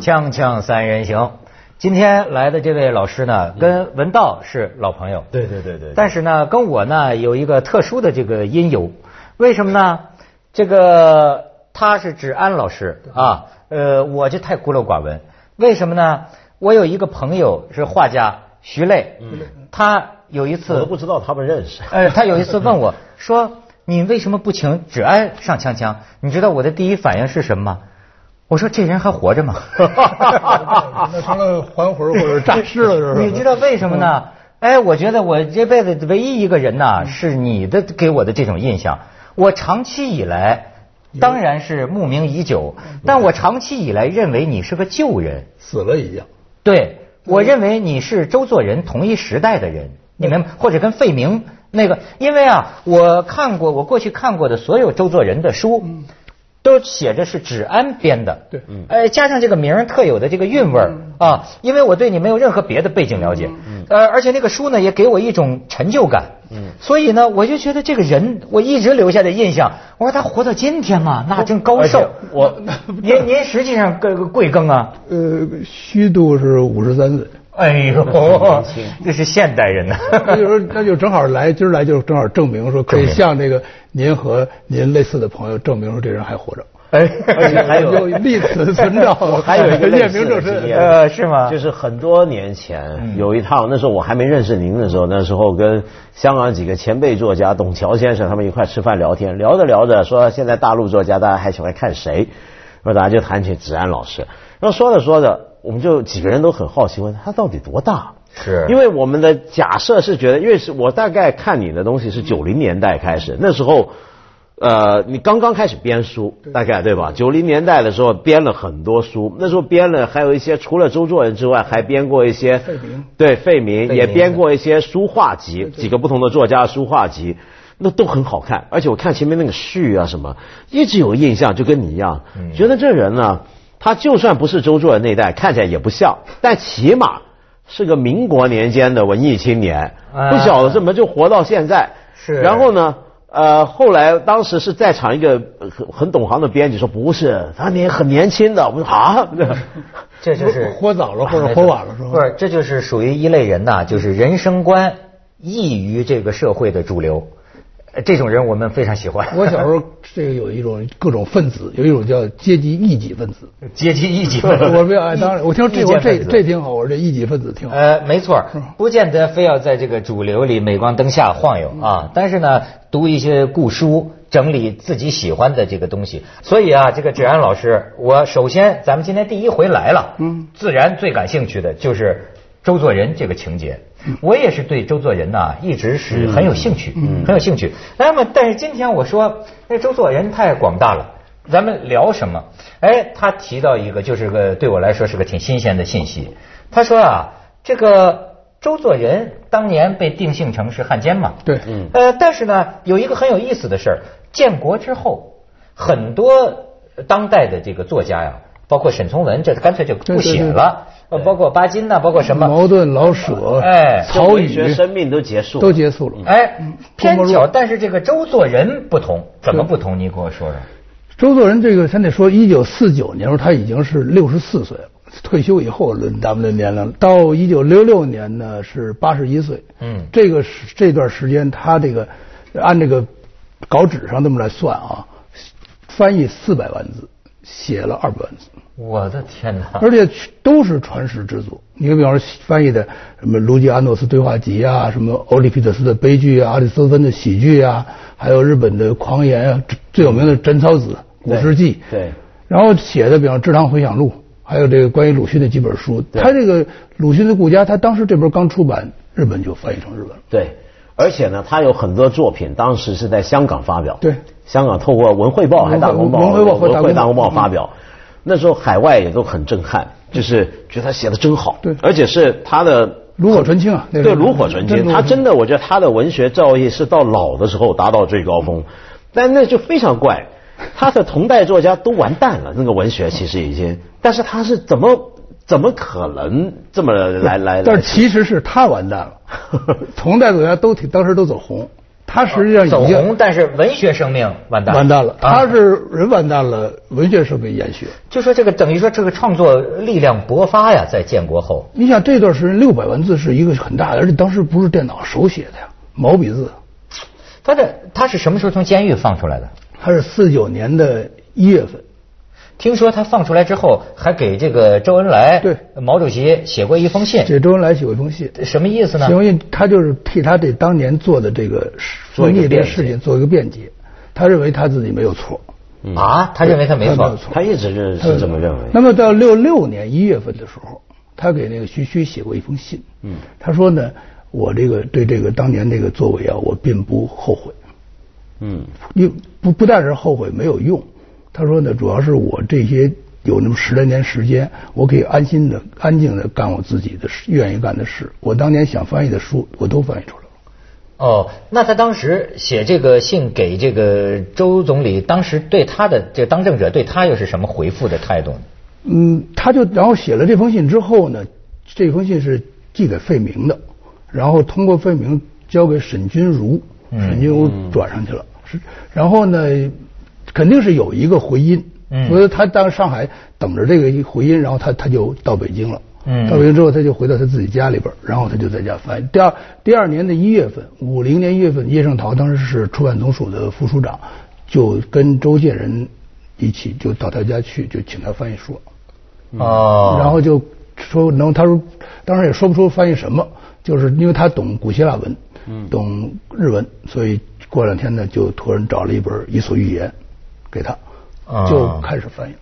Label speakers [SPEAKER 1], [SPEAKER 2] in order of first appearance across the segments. [SPEAKER 1] 锵锵三人行，今天来的这位老师呢，跟文道是老朋友，
[SPEAKER 2] 嗯对对对对。
[SPEAKER 1] 但是呢，跟我呢有一个特殊的这个因由，为什么呢？这个他是芷安老师啊，呃，我这太孤陋寡闻，为什么呢？我有一个朋友是画家徐磊，他有一
[SPEAKER 2] 嗯我都
[SPEAKER 1] 次
[SPEAKER 2] 不知道他们认识。
[SPEAKER 1] 呃，他有一次问我说：“你为什么不请芷安上锵锵？”你知道我的第一反应是什么吗？我说：“这人还活着吗？”
[SPEAKER 3] 那成了还魂儿或者诈尸了，是 吧？嗯
[SPEAKER 1] 你知道为什么呢？哎，我觉得我这辈子唯一一个人呐，是你的给我的这种印象。我长期以来，当然是慕名已久，
[SPEAKER 3] 嗯
[SPEAKER 1] 但我长期以来认为你是个旧人。
[SPEAKER 3] 死了一样。
[SPEAKER 1] 对，我认为你是周作人同一时代的人，你们或者跟费明那个，因为啊，我看过我过去看过的所有周作人的书，都写着是芷安编的，
[SPEAKER 3] 对，
[SPEAKER 1] 哎，加上这个名儿特有的这个韵味儿啊，因为我对你没有任何别的背景了解，呃，而且那个书呢也给我一种成就感，所以呢，我就觉得这个人我一直留下的印象，我说他活到今天嘛，那真高寿，我 您您实际上贵贵庚啊？
[SPEAKER 3] 呃，虚度是五十三岁，
[SPEAKER 1] 哎呦，这是现代人呐、
[SPEAKER 3] 那就说 那就正好来，今儿来就正好证明说可以向这个您和您类似的朋友证明说这人还活着。
[SPEAKER 1] 哎，而且还有
[SPEAKER 3] 有立此存照，
[SPEAKER 2] 我 还有 一个类
[SPEAKER 3] 验
[SPEAKER 2] 似
[SPEAKER 3] 明
[SPEAKER 2] 的
[SPEAKER 3] 正
[SPEAKER 2] 经
[SPEAKER 3] 身。
[SPEAKER 2] 验，
[SPEAKER 1] 呃是吗
[SPEAKER 2] 就是嗯很多年前有一趟，那时候我还没认识您的时候，那时候跟香港几个前辈作家董桥先生他们一块吃饭聊天，聊着聊着说现在大陆作家大家还喜欢看谁，然后大家就谈起芷安老师，然后说着说着，我们就几个人都很好奇问他到底多大。
[SPEAKER 1] 是
[SPEAKER 2] 因为我们的假设是觉得，因为是我大概看你的东西是九零年代开始，那时候，呃，你刚刚开始编书，大概对吧？九零年代的时候编了很多书，那时候编了还有一些除了周作人之外，还编过一些
[SPEAKER 3] 费明
[SPEAKER 2] 对费明
[SPEAKER 1] 费
[SPEAKER 2] 也
[SPEAKER 1] 明
[SPEAKER 2] 编过一些书画集，几个不同的作家书画集。那都很好看，而且我看前面那个序啊什么，一直有印象，就跟你一样，觉得这人呢，他就算不是周作人那一代，看起来也不像，但起码是个民国年间的文艺青年，
[SPEAKER 1] 啊
[SPEAKER 2] 不晓得怎么就活到现在。
[SPEAKER 1] 是
[SPEAKER 2] 然后呢，呃，后来当时是在场一个呃很很懂行的编辑说，不是，他年很年轻的。我们说啊，
[SPEAKER 1] 这啊就是
[SPEAKER 3] 活早了或者活晚了是吧
[SPEAKER 1] 不是，这就是属于一类人呐、就是人生观异于这个社会的主流，呃这种人我们非常喜欢。
[SPEAKER 3] 我小时候这个有一种各种分子，有一种叫阶级异己分子。
[SPEAKER 1] 阶级异 己分子，
[SPEAKER 3] 我没有，哎当然我听这
[SPEAKER 1] 意
[SPEAKER 3] 我
[SPEAKER 1] 见
[SPEAKER 3] 这
[SPEAKER 1] 分子
[SPEAKER 3] 这挺好，我说这异己分子挺好。
[SPEAKER 1] 呃，没错儿， 不见得非要在这个主流里镁光灯下晃悠
[SPEAKER 3] 嗯
[SPEAKER 1] 啊。但是呢，读一些故书，整理自己喜欢的这个东西。所以啊，这个芷安老师，我首先咱们今天第一回来了，嗯，自然最感兴趣的就是周作人这个情节。
[SPEAKER 3] 嗯
[SPEAKER 1] 我也是对周作人呐、一直是很有兴趣，
[SPEAKER 3] 嗯
[SPEAKER 1] 很有兴趣。那么，但是今天我说，那周作人太广大了。咱们聊什么？哎，他提到一个，就是个对我来说是个挺新鲜的信息。他说啊，这个周作人当年被定性成是汉奸嘛，
[SPEAKER 3] 对
[SPEAKER 2] 嗯
[SPEAKER 1] 呃，但是呢，有一个很有意思的事儿，建国之后，很多当代的这个作家呀，包括沈从文，这干脆就
[SPEAKER 3] 对
[SPEAKER 1] 不写
[SPEAKER 3] 对对
[SPEAKER 1] 了，呃包括巴金呐、包括什么
[SPEAKER 3] 矛盾、老舍、
[SPEAKER 1] 哎
[SPEAKER 3] 曹
[SPEAKER 2] 文学
[SPEAKER 3] 禺
[SPEAKER 2] 生命都结束了
[SPEAKER 3] 都结束了。
[SPEAKER 1] 哎，偏
[SPEAKER 3] 郭沫若
[SPEAKER 1] 巧，但是这个周作人不同，怎么不同？你给我说说。
[SPEAKER 3] 周作人这个，咱得说，一九四九年时候他已经是六十四岁了，退休以后论咱们的年龄，到一九六六年呢是八十一岁。
[SPEAKER 1] 嗯
[SPEAKER 3] 这个时这段时间他这个按这个稿纸上这么来算啊，翻译四百万字，写了二百万字。
[SPEAKER 1] 我的天
[SPEAKER 2] 啊
[SPEAKER 1] 哪！
[SPEAKER 3] 而且都是传世之作。你比方说翻译的什么《卢吉安诺斯对话集》啊，什么《欧里庇得斯的悲剧》啊，《阿里斯托芬的喜剧》啊，还有日本的《狂言》啊，最最有名的《贞操子》《古
[SPEAKER 2] 对
[SPEAKER 3] 世纪》
[SPEAKER 2] 对
[SPEAKER 3] 然后写的，比方《智囊回想录》，还有这个关于鲁迅的几本书。
[SPEAKER 2] 对
[SPEAKER 3] 他这个鲁迅的顾家，他当时这本刚出版，日本就翻译成日文了。
[SPEAKER 2] 对，而且呢，他有很多作品当时是在香港发表，
[SPEAKER 3] 对，
[SPEAKER 2] 香港透过文汇报还是大公报，
[SPEAKER 3] 文汇报和
[SPEAKER 2] 文
[SPEAKER 3] 大公报嗯
[SPEAKER 2] 汇大公报发表，那时候海外也都很震撼，就是觉得他写的真好，
[SPEAKER 3] 对
[SPEAKER 2] 而且是他的。
[SPEAKER 3] 炉火纯青啊，那
[SPEAKER 2] 对，
[SPEAKER 3] 时候
[SPEAKER 2] 炉火纯青，他真的，我觉得他的文学造诣是到老的时候达到最高峰，但那就非常怪，他的同代作家都完蛋了，那个文学其实已经，但是他是怎么怎么可能这么来来来？
[SPEAKER 3] 但是其实是他完蛋了，同代作家都挺当时都走红，他实际上已
[SPEAKER 1] 走
[SPEAKER 3] 经
[SPEAKER 1] 红，但是文学生命完蛋，
[SPEAKER 3] 完蛋了，
[SPEAKER 1] 啊
[SPEAKER 3] 他是人完蛋了，文学生命延续。
[SPEAKER 1] 就说这个等于说这个创作力量勃发呀，在建国后，
[SPEAKER 3] 你想这段时间六百万字是一个很大的，而且当时不是电脑手写的呀，毛笔字。
[SPEAKER 1] 他这他是什么时候从监狱放出来的？
[SPEAKER 3] 他是四九年的一月份，
[SPEAKER 1] 听说他放出来之后，还给这个周恩来、
[SPEAKER 3] 对
[SPEAKER 1] 毛主席写过一封
[SPEAKER 2] 哎
[SPEAKER 1] 信，
[SPEAKER 3] 给周恩来写过一封信。
[SPEAKER 1] 什么意思呢？
[SPEAKER 3] 因为他就是替他这当年做的这个
[SPEAKER 2] 做一个
[SPEAKER 3] 逆
[SPEAKER 2] 辩
[SPEAKER 3] 的
[SPEAKER 2] 解
[SPEAKER 3] 事情做一个辩解，他认为他自己没有错，
[SPEAKER 1] 啊，他认为他没
[SPEAKER 3] 嗯
[SPEAKER 1] 错，
[SPEAKER 2] 他一直是是这么认为。
[SPEAKER 3] 那么到六六年一月份的时候，他给那个徐虚写过一封信，嗯，他说呢，我这个对这个当年这个作为啊，我并不后悔，
[SPEAKER 2] 嗯，
[SPEAKER 3] 因不不但是后悔没有用，他说呢，主要是我这些有那么十来年时间，我可以安心的、安静的干我自己的事，愿意干的事。我当年想翻译的书，我都翻译出来了。
[SPEAKER 1] 哦，那他当时写这个信给这个周总理，当时对他的这当政者对他又是什么回复的态度呢？
[SPEAKER 3] 嗯，他就然后写了这封信之后呢，这封信是寄给费明的，然后通过费明交给沈君儒，沈君儒转上去了。是，然后呢，肯定是有一个回音，
[SPEAKER 1] 嗯
[SPEAKER 3] 所以他当上海等着这个一回音，然后他他就到北京了。
[SPEAKER 1] 嗯
[SPEAKER 3] 到北京之后，他就回到他自己家里边儿，然后他就在家翻译。第二第二年的一月份，五零年一月份，叶圣陶当时是出版总署的副署长，就跟周建人一起就到他家去，就请他翻译书。
[SPEAKER 1] 哦，
[SPEAKER 3] 嗯然后就说能，他说当然也说不出翻译什么，就是因为他懂古希腊文，
[SPEAKER 1] 嗯
[SPEAKER 3] 懂日文，所以过两天呢就托人找了一本《伊索寓言》给他
[SPEAKER 1] 啊，
[SPEAKER 3] 就开始翻译。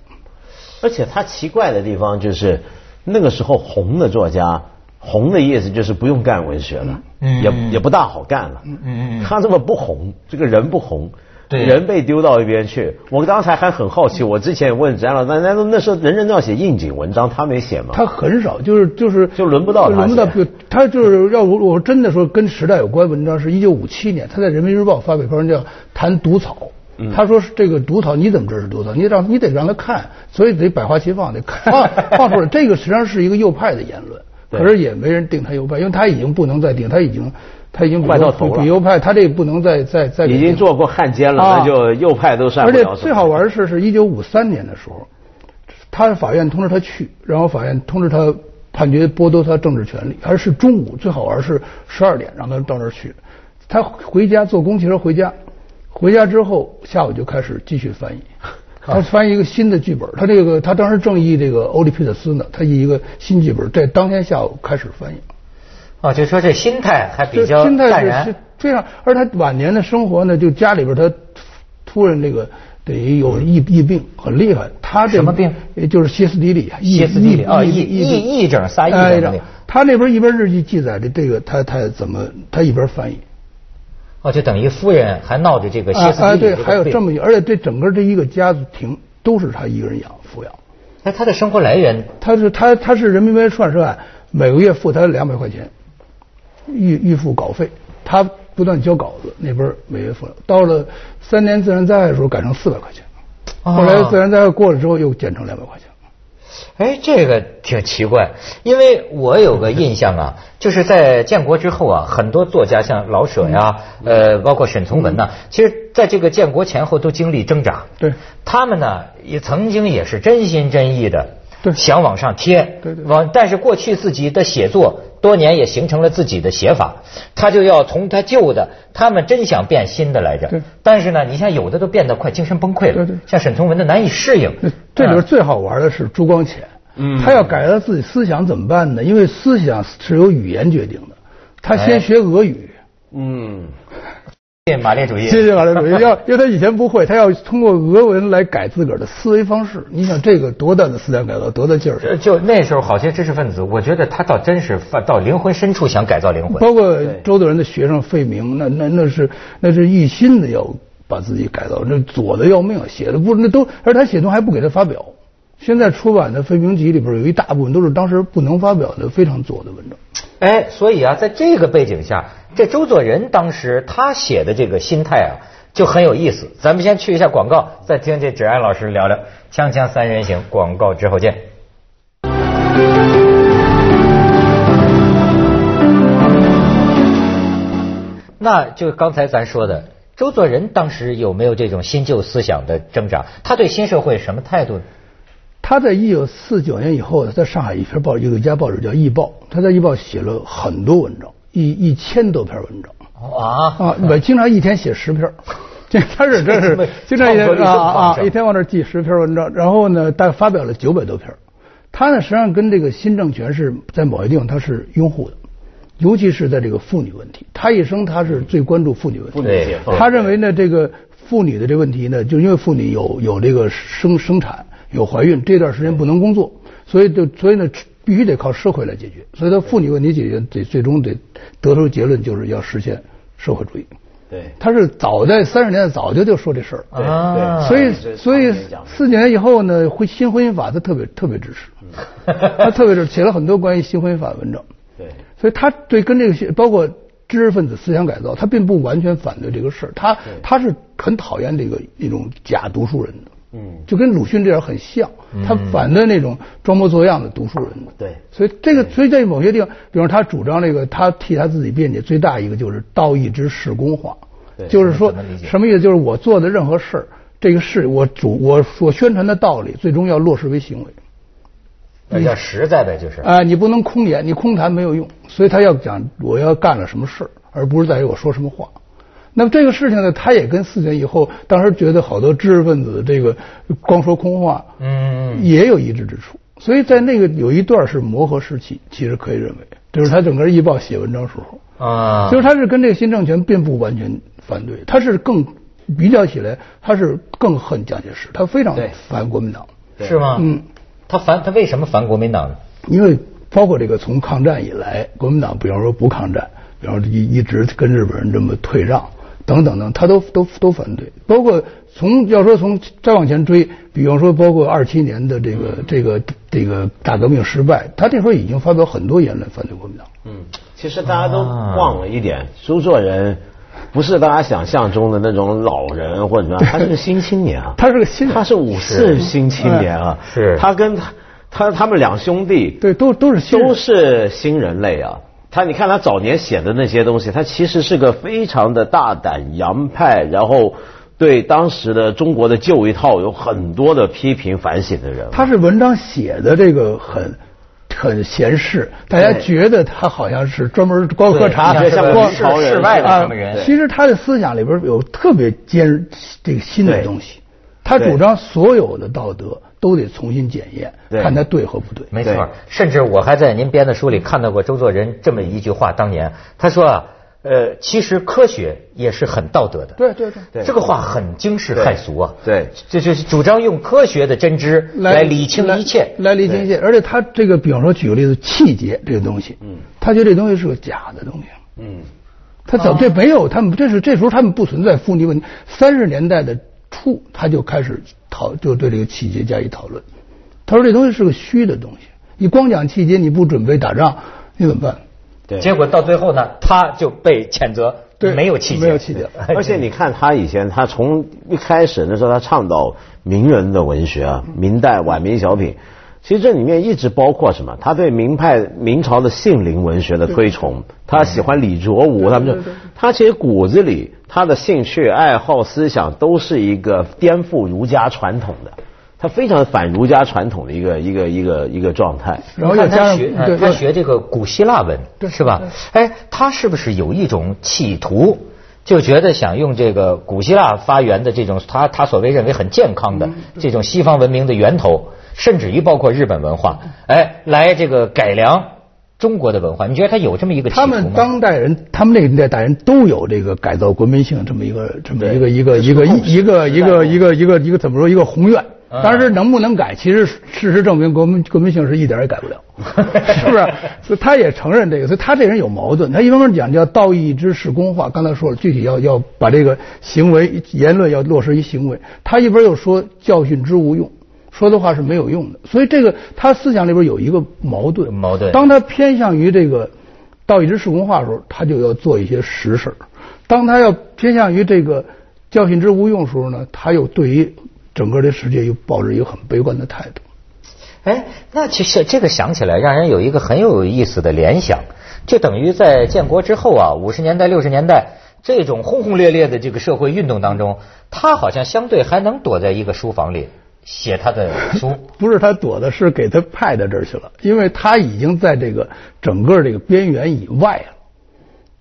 [SPEAKER 2] 而且他奇怪的地方就是，那个时候红的作家，红的意思就是不用干文学了，
[SPEAKER 1] 嗯
[SPEAKER 2] 也
[SPEAKER 1] 嗯
[SPEAKER 2] 也不大好干了。嗯
[SPEAKER 1] 嗯嗯
[SPEAKER 2] 他这么不红，这个人不红。
[SPEAKER 1] 对
[SPEAKER 2] 人被丢到一边去。我刚才还很好奇，我之前问翟老师，那那那时候人人都要写应景文章，他没写吗？
[SPEAKER 3] 他很少，就是就是
[SPEAKER 2] 就轮不到他
[SPEAKER 3] 轮不到
[SPEAKER 2] 写。
[SPEAKER 3] 他就是要我我真的说跟时代有关文章，是一九五七年他在《人民日报》发表一篇文章叫《谈毒草》。
[SPEAKER 2] 嗯
[SPEAKER 3] 他说是这个毒草，你怎么知道是毒草？你得让你得让他看，所以得百花齐放，得看放放出来。这个实际上是一个右派的言论，
[SPEAKER 2] 对
[SPEAKER 3] 可是也没人定他右派，因为他已经不能再定，他已经他已经比
[SPEAKER 2] 坏到头了
[SPEAKER 3] 比右派，他这不能再再再给
[SPEAKER 2] 已经
[SPEAKER 3] 定
[SPEAKER 2] 做过汉奸了，
[SPEAKER 3] 啊
[SPEAKER 2] 那就右派都算
[SPEAKER 3] 而
[SPEAKER 2] 不
[SPEAKER 3] 且
[SPEAKER 2] 了什么
[SPEAKER 3] 最好玩的是，是一九五三年的时候，他法院通知他去，然后法院通知他判决剥夺他政治权利，而是中午最好玩是十二点让他到那儿去，他回家坐公汽车回家，回家之后下午就开始继续 翻译。他翻译一个新的剧本，他这个他当时正译这个《欧利庇得斯》呢，他译一个新剧本，在当天下午开始翻译。
[SPEAKER 1] 哦，就说这心态还比
[SPEAKER 3] 这
[SPEAKER 1] 较
[SPEAKER 3] 心态
[SPEAKER 1] 淡
[SPEAKER 3] 是是
[SPEAKER 1] 然，
[SPEAKER 3] 非常，而他晚年的生活呢，就家里边他突然这个等于有疫疫病，很厉害。他这
[SPEAKER 1] 嗯什么病？
[SPEAKER 3] 也就是歇斯底里，
[SPEAKER 1] 歇斯底里啊
[SPEAKER 3] 疫
[SPEAKER 1] 疫疫疫症仨疫症
[SPEAKER 3] 哎
[SPEAKER 1] 那个
[SPEAKER 3] 他那边一边日记记载的这个，他他怎么他一边翻译，
[SPEAKER 1] 哦，就等于夫人还闹着这个歇斯
[SPEAKER 3] 哎
[SPEAKER 1] 底
[SPEAKER 3] 哎
[SPEAKER 1] 里
[SPEAKER 3] 对，
[SPEAKER 1] 个
[SPEAKER 3] 还有
[SPEAKER 1] 病
[SPEAKER 3] 这么一，而且这整个这一个家庭都是他一个人养抚养。
[SPEAKER 1] 那他的生活来源
[SPEAKER 3] 他是他他是人民文学出版社啊，每个月付他两百块钱，预预付稿费，他不断交稿子，那边儿每月付了。到了三年自然灾害的时候，改成四百块钱，
[SPEAKER 1] 哦
[SPEAKER 3] 后来自然灾害过了之后，又减成两百块钱。
[SPEAKER 1] 哎，这个挺奇怪，因为我有个印 象啊，就是在建国之后啊，很多作家像老舍呀、
[SPEAKER 3] 嗯
[SPEAKER 1] 呃，包括沈从文呐、其实在这个建国前后都经历挣扎。
[SPEAKER 3] 对
[SPEAKER 1] 他们呢也曾经也是真心真意的，
[SPEAKER 3] 对
[SPEAKER 1] 想往上贴，
[SPEAKER 3] 对对
[SPEAKER 1] 往，但是过去自己的写作多年也形成了自己的写法，他就要从他旧的，他们真想变新的来着
[SPEAKER 3] 对，
[SPEAKER 1] 但是呢，你像有的都变得快精神崩溃了，
[SPEAKER 3] 对对
[SPEAKER 1] 像沈从文的难以适应，
[SPEAKER 3] 这里
[SPEAKER 1] 嗯
[SPEAKER 3] 边最好玩的是朱光潜，他要改造自己思想怎么办呢？因为思想是由语言决定的，他
[SPEAKER 1] 哎
[SPEAKER 3] 先学俄语。
[SPEAKER 2] 嗯，
[SPEAKER 1] 马列主义，
[SPEAKER 3] 谢谢马列主义，要因为他以前不会，他要通过俄文来改自个儿的思维方式。你想这个多大的思想改造，多大劲儿！
[SPEAKER 1] 呃就那时候，好些知识分子，我觉得他倒真是发到灵魂深处想改造灵魂。
[SPEAKER 3] 包括周作人的学生费明，那那那是那是一心的要把自己改造，那左的要命，写的不那都，而他写东西还不给他发表。现在出版的费明集里边有一大部分都是当时不能发表的非常左的文章。
[SPEAKER 1] 哎，所以啊，在这个背景下，这周作人当时他写的这个心态啊，就很有意思。咱们先去一下广告，再听这芷安老师聊聊《锵锵三人行》广告之后见。那就刚才咱说的，周作人当时有没有这种新旧思想的挣扎？他对新社会什么态度？
[SPEAKER 3] 他在一九四九年以后，在上海一篇报有一家报纸叫《易报》，他在《易报》写了很多文章，一一千多篇文章。
[SPEAKER 1] 啊
[SPEAKER 3] 啊，我经常一天写十篇， 这他是真是经常一天啊啊，一天往这记十篇文章，然后呢，大概发表了九百多篇。他呢，实际上跟这个新政权是在某一地方他是拥护的，尤其是在这个妇女问题。他一生他是最关注妇女问题，
[SPEAKER 1] 对解放
[SPEAKER 3] 他认为呢，这个妇女的这问题呢，就因为妇女有有这个生生产、有怀孕这段时间不能工作，所以就所以呢，必须得靠社会来解决。所以他妇女问题解决，得最终得得出结论，就是要实现社会主义。
[SPEAKER 2] 对
[SPEAKER 3] 他是早在三十年代早就就说这事儿了。
[SPEAKER 2] 嗯
[SPEAKER 1] 啊！
[SPEAKER 3] 所以
[SPEAKER 2] 这是
[SPEAKER 3] 所以
[SPEAKER 2] 常年讲的嗯
[SPEAKER 3] 四几年以后呢，婚新婚姻法他特别特别支 持，他特别支持写了很多关于新婚姻法的文章，
[SPEAKER 2] 对
[SPEAKER 3] 所以他对跟这个学包括知识分子思想改造，他并不完全反对这个事儿，他他是很讨厌这个一种假读书人的，
[SPEAKER 2] 嗯
[SPEAKER 3] 就跟鲁迅这样很像，他反对那种装模作样的读书人的。
[SPEAKER 2] 对
[SPEAKER 3] 所以这个，所以在某些地方，比方他主张这个，他替他自己辩解，最大一个就是道义之事公化
[SPEAKER 2] 对，
[SPEAKER 3] 就是说
[SPEAKER 1] 怎么理解
[SPEAKER 3] 什么意思？就是我做的任何事儿，这个事我主我所宣传的道理，最终要落实为行为。
[SPEAKER 1] 那
[SPEAKER 3] 嗯
[SPEAKER 1] 叫实在呗，就是。
[SPEAKER 3] 啊、你不能空言，你空谈没有用。所以他要讲我要干了什么事儿，而不是在于我说什么话。那么这个事情呢，他也跟四年以后，当时觉得好多知识分子这个光说空话，
[SPEAKER 1] 嗯，
[SPEAKER 3] 也有一致之处。所以在那个有一段是磨合时期，其实可以认为，就是他整个《易报》写文章时候，
[SPEAKER 1] 啊，
[SPEAKER 3] 就是他是跟这个新政权并不完全反对，他是更比较起来，他是更恨蒋介石，他非常
[SPEAKER 2] 对
[SPEAKER 3] 反国民党，
[SPEAKER 1] 是吗？
[SPEAKER 3] 嗯，
[SPEAKER 1] 他反他为什么反国民党呢？
[SPEAKER 3] 因为包括这个从抗战以来，国民党比方说不抗战，比方说一一直跟日本人这么退让等等等，他都都都反对。包括从要说从再往前追，比方说包括二七年的这
[SPEAKER 2] 嗯
[SPEAKER 3] 个这个这个大革命失败，他那时候已经发表很多言论反对国民党。
[SPEAKER 2] 嗯，其实大家都
[SPEAKER 3] 啊
[SPEAKER 2] 忘了一点，周作人不是大家想象中的那种老人或者怎 么样，他是个新青年啊，
[SPEAKER 3] 他是个新人
[SPEAKER 2] 他是五四新青年啊，
[SPEAKER 1] 是
[SPEAKER 2] 他跟他他他们两兄弟
[SPEAKER 3] 对，都都是新人
[SPEAKER 2] 都是新人类啊。他你看他早年写的那些东西，他其实是个非常的大胆洋派，然后对当时的中国的旧一套有很多的批评反省的人。
[SPEAKER 3] 他是文章写的这个很很闲适，大家
[SPEAKER 2] 对
[SPEAKER 3] 觉得他好像是专门光喝茶，
[SPEAKER 2] 对像个
[SPEAKER 3] 光
[SPEAKER 2] 明朝人
[SPEAKER 1] 世外的
[SPEAKER 3] 啊
[SPEAKER 1] 什么人？
[SPEAKER 3] 其实他的思想里边有特别尖这个新的
[SPEAKER 2] 对
[SPEAKER 3] 东西，他
[SPEAKER 2] 对
[SPEAKER 3] 主张所有的道德都得重新检验，
[SPEAKER 2] 对
[SPEAKER 3] 看他对和不对。
[SPEAKER 1] 没错
[SPEAKER 2] 对，
[SPEAKER 1] 甚至我还在您编的书里看到过周作人这么一句话，当年他说啊，呃，其实科学也是很道德的。
[SPEAKER 3] 对对对。
[SPEAKER 2] 对
[SPEAKER 1] 这个话很惊世骇俗啊。
[SPEAKER 2] 对
[SPEAKER 1] 这就是主张用科学的真知来理清一切。
[SPEAKER 3] 来理清一切。而且他这个，比方说举个例子，气节这个东西，
[SPEAKER 2] 嗯
[SPEAKER 3] 他觉得这东西是个假的东西，
[SPEAKER 2] 嗯，
[SPEAKER 3] 他早这没有，他们这是这时候他们不存在妇女问题。三十年代的初，他就开始讨，就对这个气节加以讨论。他说这东西是个虚的东西，你光讲气节，你不准备打仗，你怎么办？
[SPEAKER 2] 对。
[SPEAKER 1] 结果到最后呢，他就被谴责
[SPEAKER 3] 对
[SPEAKER 1] 没有气节，
[SPEAKER 3] 没有气 节
[SPEAKER 2] 而且你看他以前，他从一开始那时候他倡导名人的文学啊，明代晚明小品，其实这里面一直包括什么？他对明派明朝的杏林文学的推崇，他喜欢李卓吾，他们就他其实骨子里他的兴趣爱好思想都是一个颠覆儒家传统的，他非常反儒家传统的一个一个一个一个状态。
[SPEAKER 3] 然后
[SPEAKER 1] 你
[SPEAKER 3] 又
[SPEAKER 1] 看
[SPEAKER 3] 加
[SPEAKER 1] 他
[SPEAKER 3] 上
[SPEAKER 1] 学，
[SPEAKER 3] 对
[SPEAKER 1] 呃他学这个古希腊文，
[SPEAKER 3] 对
[SPEAKER 1] 是吧？哎，他是不是有一种企图，就觉得想用这个古希腊发源的这种他他所谓认为很健康
[SPEAKER 3] 嗯
[SPEAKER 1] 的这种西方文明的源头，甚至于包括日本文化，
[SPEAKER 3] 嗯
[SPEAKER 1] 哎，来这个改良中国的文化？你觉得他有这么一个企图
[SPEAKER 3] 他
[SPEAKER 1] 吗？
[SPEAKER 3] 们当代人，他们那个年代大人都有这个改造国民性这么一个这么一个一个一个一个一个一个一个一个怎么说一个宏愿。
[SPEAKER 1] 嗯
[SPEAKER 3] 当时能不能改，其实事实证明国民国民性是一点儿也改 不了，是不是？所以他也承认这个，所以他这人有矛盾。他一方面讲叫道义之事公化，刚才说了，具体要要把这个行为言论要落实于行为。他一边又说教训之无用，说的话是没有用的。所以这个他思想里边有一个矛盾。
[SPEAKER 1] 矛盾
[SPEAKER 3] 当他偏向于这个道义之士文化的时候，他就要做一些实事儿；当他要偏向于这个教训之无用的时候呢，他又对于整个这世界又抱着一个很悲观的态度。
[SPEAKER 1] 哎，那其实这个想起来，让人有一个很有意思的联想，就等于在建国之后啊，五十年代、六十年代，这种轰轰烈烈的这个社会运动当中，他好像相对还能躲在一个书房里写他的 书。
[SPEAKER 3] 不是他躲的，是给他派到这儿去了，因为他已经在这个整个这个边缘以外了。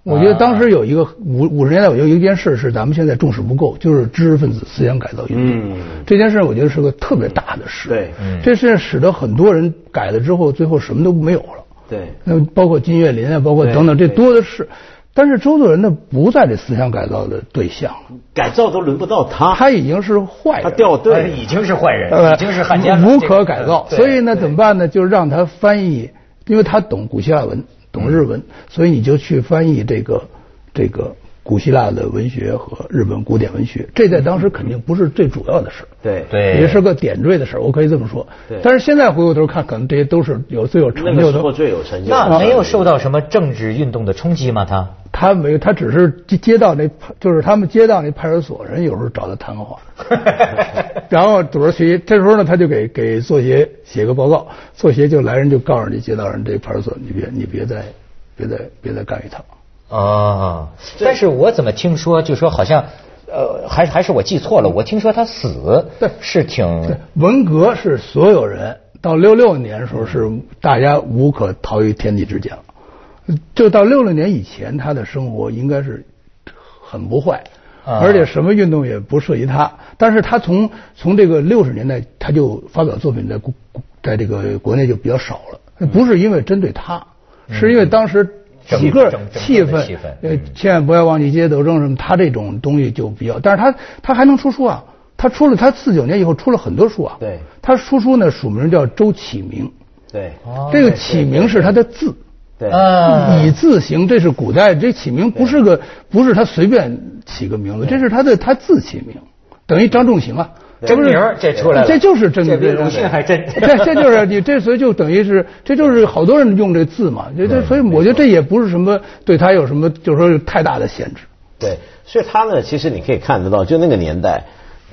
[SPEAKER 3] 我觉得当时有一个五五十年代，我觉得有一件事是咱们现在重视不够，就是知识分子思想改造运动。
[SPEAKER 2] 嗯
[SPEAKER 3] 这件事我觉得是个特别大的事。
[SPEAKER 2] 对
[SPEAKER 1] 嗯
[SPEAKER 3] 这事使得很多人改了之后，最后什么都没有了。
[SPEAKER 2] 对
[SPEAKER 3] 那包括金岳霖啊，包括等等，
[SPEAKER 2] 对
[SPEAKER 3] 这多的是。但是周作人呢，不在这思想改造的对象了，
[SPEAKER 2] 改造都轮不到他，
[SPEAKER 3] 他已经是坏人
[SPEAKER 2] 啊他
[SPEAKER 3] 了。
[SPEAKER 2] 掉队
[SPEAKER 1] 哎
[SPEAKER 2] 了
[SPEAKER 1] 已经是坏人，
[SPEAKER 3] 呃，
[SPEAKER 1] 已经是汉奸了，
[SPEAKER 3] 无
[SPEAKER 1] 这个
[SPEAKER 3] 可改造。
[SPEAKER 1] 对嗯
[SPEAKER 3] 所以呢，怎么办呢？就是让他翻译，因为他懂古希腊文，懂日文，所以你就去翻译这个这个古希腊的文学和日本古典文学。这在当时肯定不是最主要的事儿。
[SPEAKER 2] 对
[SPEAKER 1] 对
[SPEAKER 3] 也是个点缀的事儿，我可以这么说
[SPEAKER 2] 哎对。
[SPEAKER 3] 但是现在回过头看，可能这些都是有最有
[SPEAKER 2] 那
[SPEAKER 3] 成
[SPEAKER 2] 个
[SPEAKER 3] 就
[SPEAKER 2] 时候
[SPEAKER 3] 的。
[SPEAKER 2] 最有成就。
[SPEAKER 3] 啊
[SPEAKER 1] 那没有受到什么政治运动的冲击吗？他
[SPEAKER 3] 他没有，他只是接接到那，就是他们接到那派出所人有时候找他谈 话，然后组织学习，这时候呢，他就给给作协写个报告，作协就来人就告诉你，接到人这个派出所，你别你别再别再别再干预他。
[SPEAKER 1] 啊，但是我怎么听说，就说好像，呃，还还是我记错了，我听说他死
[SPEAKER 3] 对
[SPEAKER 1] 是挺
[SPEAKER 3] 文革是所有人到六六年的时候是大家无可逃于天地之间了，就到六六年以前，他的生活应该是很不坏，
[SPEAKER 1] 啊
[SPEAKER 3] 而且什么运动也不涉及他。但是他从从这个六十年代他就发表作品在国在这个国内就比较少了，不是因为针对他，是因为当时。
[SPEAKER 1] 嗯整
[SPEAKER 3] 整个
[SPEAKER 1] 整整个
[SPEAKER 3] 气
[SPEAKER 1] 的
[SPEAKER 3] 氛，
[SPEAKER 1] 气氛
[SPEAKER 3] 呃
[SPEAKER 1] 嗯，
[SPEAKER 3] 千万不要忘记阶级斗争什么，他这种东西就比较，但是他他还能出书啊，他出了他四九年以后出了很多书啊，
[SPEAKER 2] 对
[SPEAKER 3] 他出书呢署名叫周启明，
[SPEAKER 2] 对
[SPEAKER 1] 哦
[SPEAKER 3] 这个启明是他的字，
[SPEAKER 2] 对
[SPEAKER 1] 啊
[SPEAKER 3] 以字形，这是古代这启明不是个不是他随便起个名字，这是他的他字起名，等于张仲行啊。
[SPEAKER 1] 真
[SPEAKER 3] 不是
[SPEAKER 1] 名儿这出来了
[SPEAKER 3] 这就是真名。
[SPEAKER 1] 这比鲁迅还真
[SPEAKER 3] 这这就是你这，所以就等于是，这就是好多人用这字嘛。这这，所以我觉得这也不是什么对他有什么，就是说太大的限制。
[SPEAKER 2] 对，所以他呢，其实你可以看得到，就那个年代，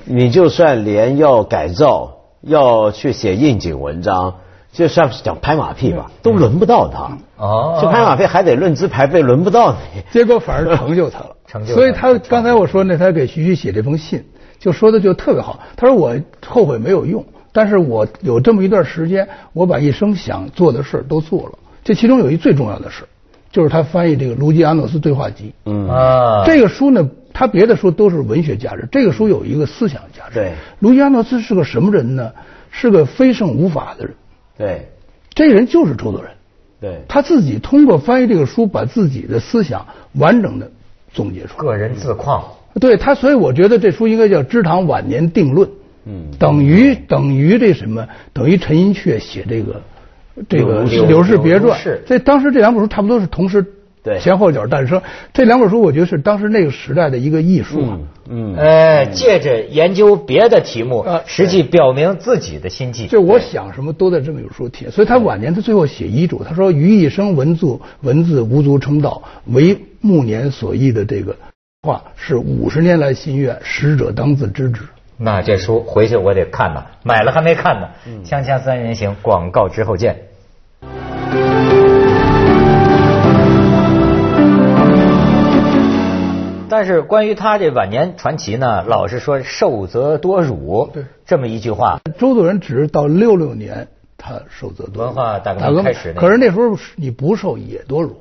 [SPEAKER 2] 你就算连要改造，要去写应景文章，就算是讲拍马屁吧，都轮不到他。
[SPEAKER 1] 哦
[SPEAKER 2] 就拍马屁还得论资排辈，轮不到你。
[SPEAKER 3] 结果反而成就他了
[SPEAKER 1] ，成就他
[SPEAKER 3] 所以他刚才我说那，他给徐徐写这封信，就说的就特别好。他说我后悔没有用，但是我有这么一段时间，我把一生想做的事儿都做了。这其中有一最重要的事，就是他翻译这个卢基亚诺斯对话集。
[SPEAKER 2] 嗯
[SPEAKER 1] 啊，
[SPEAKER 3] 这个书呢，他别的书都是文学价值，这个书有一个思想价值。
[SPEAKER 2] 对
[SPEAKER 3] 卢基亚诺斯是个什么人呢？是个非圣无法的人，
[SPEAKER 2] 对
[SPEAKER 3] 这个人就是周作人。
[SPEAKER 2] 对
[SPEAKER 3] 他自己通过翻译这个书，把自己的思想完整的总结出来。
[SPEAKER 1] 个人自况。
[SPEAKER 3] 对他，所以我觉得这书应该叫《知堂晚年定论》。
[SPEAKER 2] 嗯
[SPEAKER 3] 等于等于这什么？等于陈寅恪写这个这个
[SPEAKER 1] 柳如
[SPEAKER 3] 《柳氏别
[SPEAKER 1] 柳如
[SPEAKER 3] 传
[SPEAKER 1] 是》。
[SPEAKER 3] 这当时这两本书差不多是同时
[SPEAKER 2] 对
[SPEAKER 3] 前后脚诞生。这两本书我觉得是当时那个时代的一个艺术啊。
[SPEAKER 2] 嗯嗯，
[SPEAKER 1] 呃，借着研究别的题目
[SPEAKER 3] 啊，
[SPEAKER 1] 实际表明自己的心计。
[SPEAKER 3] 就我想什么都在这么有书体，所以他晚年他最后写遗嘱，他说：“余一生文字文字无足称道，为暮年所忆的这个话是五十年来心愿，使者当自知之。”
[SPEAKER 1] 那这书回去我得看呐，买了还没看呢。
[SPEAKER 3] 嗯
[SPEAKER 1] 锵锵三人行，广告之后见。但是关于他这晚年传奇呢，老是说受则多辱，
[SPEAKER 3] 对
[SPEAKER 1] 这么一句话，
[SPEAKER 3] 周作人只是到六六年他受责多辱
[SPEAKER 1] 文化大革命开始那
[SPEAKER 3] 可是那时候是你不受也 多辱，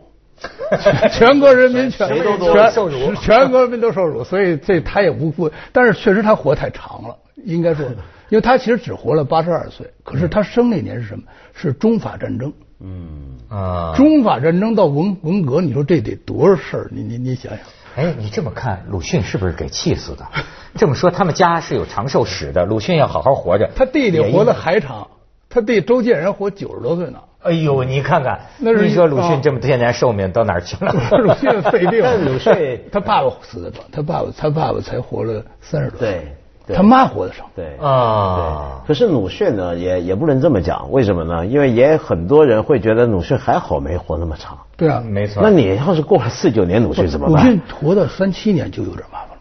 [SPEAKER 3] 全国人民全
[SPEAKER 1] 谁都多
[SPEAKER 3] 全
[SPEAKER 1] 受辱
[SPEAKER 3] 全国人民都受辱，所以这他也无辜。但是确实他活太长了，应该 说，因为他其实只活了八十二岁，可是他生那年是什么？是中法战争。
[SPEAKER 1] 嗯啊，
[SPEAKER 3] 中法战争到文文革，你说这得多少事儿？你你你想想，
[SPEAKER 1] 哎，你这么看，鲁迅是不是给气死的？这么说，他们家是有长寿史的，鲁迅要好好活着。
[SPEAKER 3] 他弟弟
[SPEAKER 1] 也
[SPEAKER 3] 活得还长，他弟周建人活九十多岁呢，
[SPEAKER 1] 哎呦，你看看，
[SPEAKER 3] 那是
[SPEAKER 1] 你说鲁
[SPEAKER 3] 啊
[SPEAKER 1] 迅这么些年寿命到哪儿 去了？
[SPEAKER 3] 鲁迅肺病
[SPEAKER 2] 但，鲁迅
[SPEAKER 3] 他爸爸死的早，他爸爸他爸爸才活了三十多岁，
[SPEAKER 2] 对对
[SPEAKER 3] 他妈活得少，
[SPEAKER 2] 对
[SPEAKER 1] 啊
[SPEAKER 2] 可是鲁迅呢，也也不能这么讲，为什么呢？因为也很多人会觉得鲁迅还好没活那么长。
[SPEAKER 3] 对啊，
[SPEAKER 1] 没错，
[SPEAKER 2] 那你要是过了四九年，鲁迅怎么
[SPEAKER 3] 鲁
[SPEAKER 2] 办
[SPEAKER 3] 迅？活到三七年就有点麻烦了，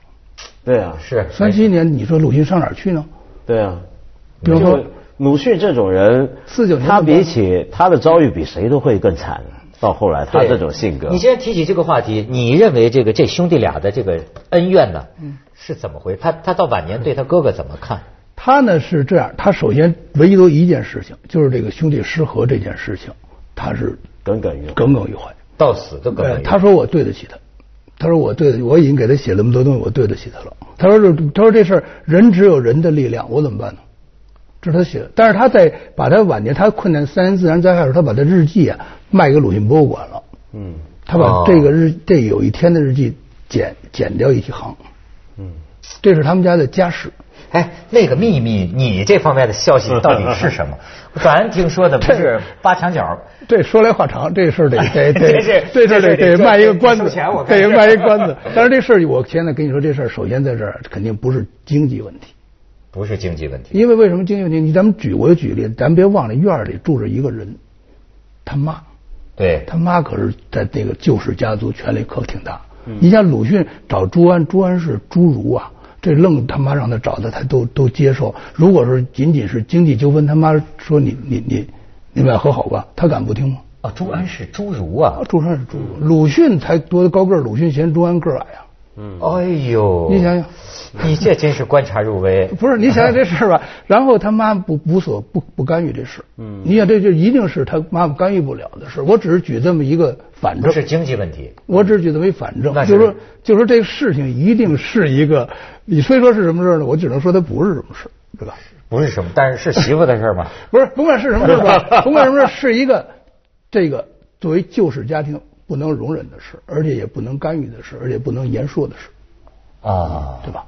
[SPEAKER 2] 对啊，
[SPEAKER 1] 是
[SPEAKER 3] 三七年你说鲁迅上哪儿去呢？
[SPEAKER 2] 对啊。
[SPEAKER 3] 比如说
[SPEAKER 2] 就鲁迅这种人，
[SPEAKER 3] 49年
[SPEAKER 2] 他比起他的遭遇比谁都会更惨。到后来他这种性格
[SPEAKER 1] 你，现在提起这个话题，你认为这个这兄弟俩的这个恩怨呢，
[SPEAKER 3] 嗯
[SPEAKER 1] 是怎么回？他他到晚年对他哥哥怎么看？
[SPEAKER 3] 他呢是这样，他首先唯一都一件事情，就是这个兄弟失和这件事情，他是
[SPEAKER 2] 耿耿于怀
[SPEAKER 3] 耿耿于怀。
[SPEAKER 1] 到死都耿
[SPEAKER 3] 哎
[SPEAKER 1] 耿于怀
[SPEAKER 3] 他说我对得起他，他说我对得，我已经给他写那么多东西，我对得起他了。他说这，他说这事儿人只有人的力量，我怎么办呢？这是他写的，但是他在把他晚年他困难三年自然灾害的时候，他把他日记啊卖给鲁迅博物馆了。
[SPEAKER 2] 嗯
[SPEAKER 3] 他
[SPEAKER 1] 哦
[SPEAKER 3] 把这个日、这有一天的日记剪剪掉一行，
[SPEAKER 2] 嗯，
[SPEAKER 3] 这是他们家的家史。
[SPEAKER 1] 哎，那个秘密，你这方面的消息到底是 什么？咱听说的不是八墙角，
[SPEAKER 3] 这说来话长，这事儿得
[SPEAKER 1] 这
[SPEAKER 3] 得得
[SPEAKER 1] 是
[SPEAKER 3] 这事儿得
[SPEAKER 1] 这是
[SPEAKER 3] 得卖一个关子
[SPEAKER 1] 收钱我，看
[SPEAKER 3] 得
[SPEAKER 1] 是
[SPEAKER 3] 卖一个关子。但是这事儿我现在跟你说，这事儿首先在这儿肯定不是经济问题，
[SPEAKER 1] 不是经济问题。
[SPEAKER 3] 因为为什么经济问题？你咱们举我就举例，咱别忘了院儿里住着一个人，他妈，
[SPEAKER 1] 对，
[SPEAKER 3] 他妈可是在那个旧式家族权力可挺大。你像鲁迅找朱安，朱安是侏儒啊，这愣他妈让他找的，他都都接受。如果说仅仅是经济纠纷，他妈说你你你你们俩和好吧，他敢不听吗？
[SPEAKER 1] 哦，朱安是侏儒啊
[SPEAKER 3] 啊，。朱安是侏儒，鲁迅才多高个儿，鲁迅嫌朱安个儿矮啊。
[SPEAKER 1] 哎呦，
[SPEAKER 3] 嗯你想想，
[SPEAKER 1] 你这真是观察入微。
[SPEAKER 3] 不是，你想想这事儿吧，然后他妈不无所不不干预这事，嗯，你想这就一定是他妈干预不了的事。我只是举这么一个反
[SPEAKER 1] 不
[SPEAKER 3] 证，
[SPEAKER 1] 是经济问题，
[SPEAKER 3] 我只是觉得没反正
[SPEAKER 1] 那，是
[SPEAKER 3] 就说就说这个事情一定是一个，你非说是什么事儿呢？我只能说它不是什么事儿，对吧？
[SPEAKER 1] 不是什么，但是是媳妇的事儿 吗？
[SPEAKER 3] 不是，甭管是什么事儿吧， 甭管什么事儿，是一个这个作为旧式家庭不能容忍的事，而且也不能干预的事，而且不能言说的事，
[SPEAKER 1] 啊，
[SPEAKER 3] 对吧？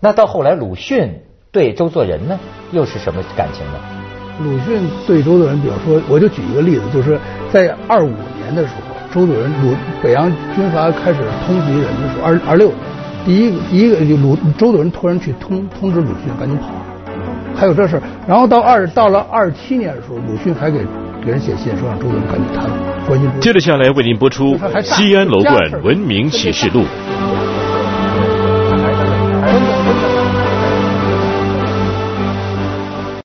[SPEAKER 1] 那到后来鲁迅对周作人呢，又是什么感情呢？
[SPEAKER 3] 鲁迅对周作人，比如说，我就举一个例子，就是在二五年的时候，周作人鲁北洋军阀开始通缉人的时候，二二六年，第一个第一个就鲁周作人托人去通通知鲁迅赶紧跑，还有这事儿。然后到二到了二七年的时候，鲁迅还给给人写信说让周作人赶紧谈，关心周作人
[SPEAKER 4] 接着下来为您播出
[SPEAKER 3] 还
[SPEAKER 4] 《西安楼冠文明启示录》。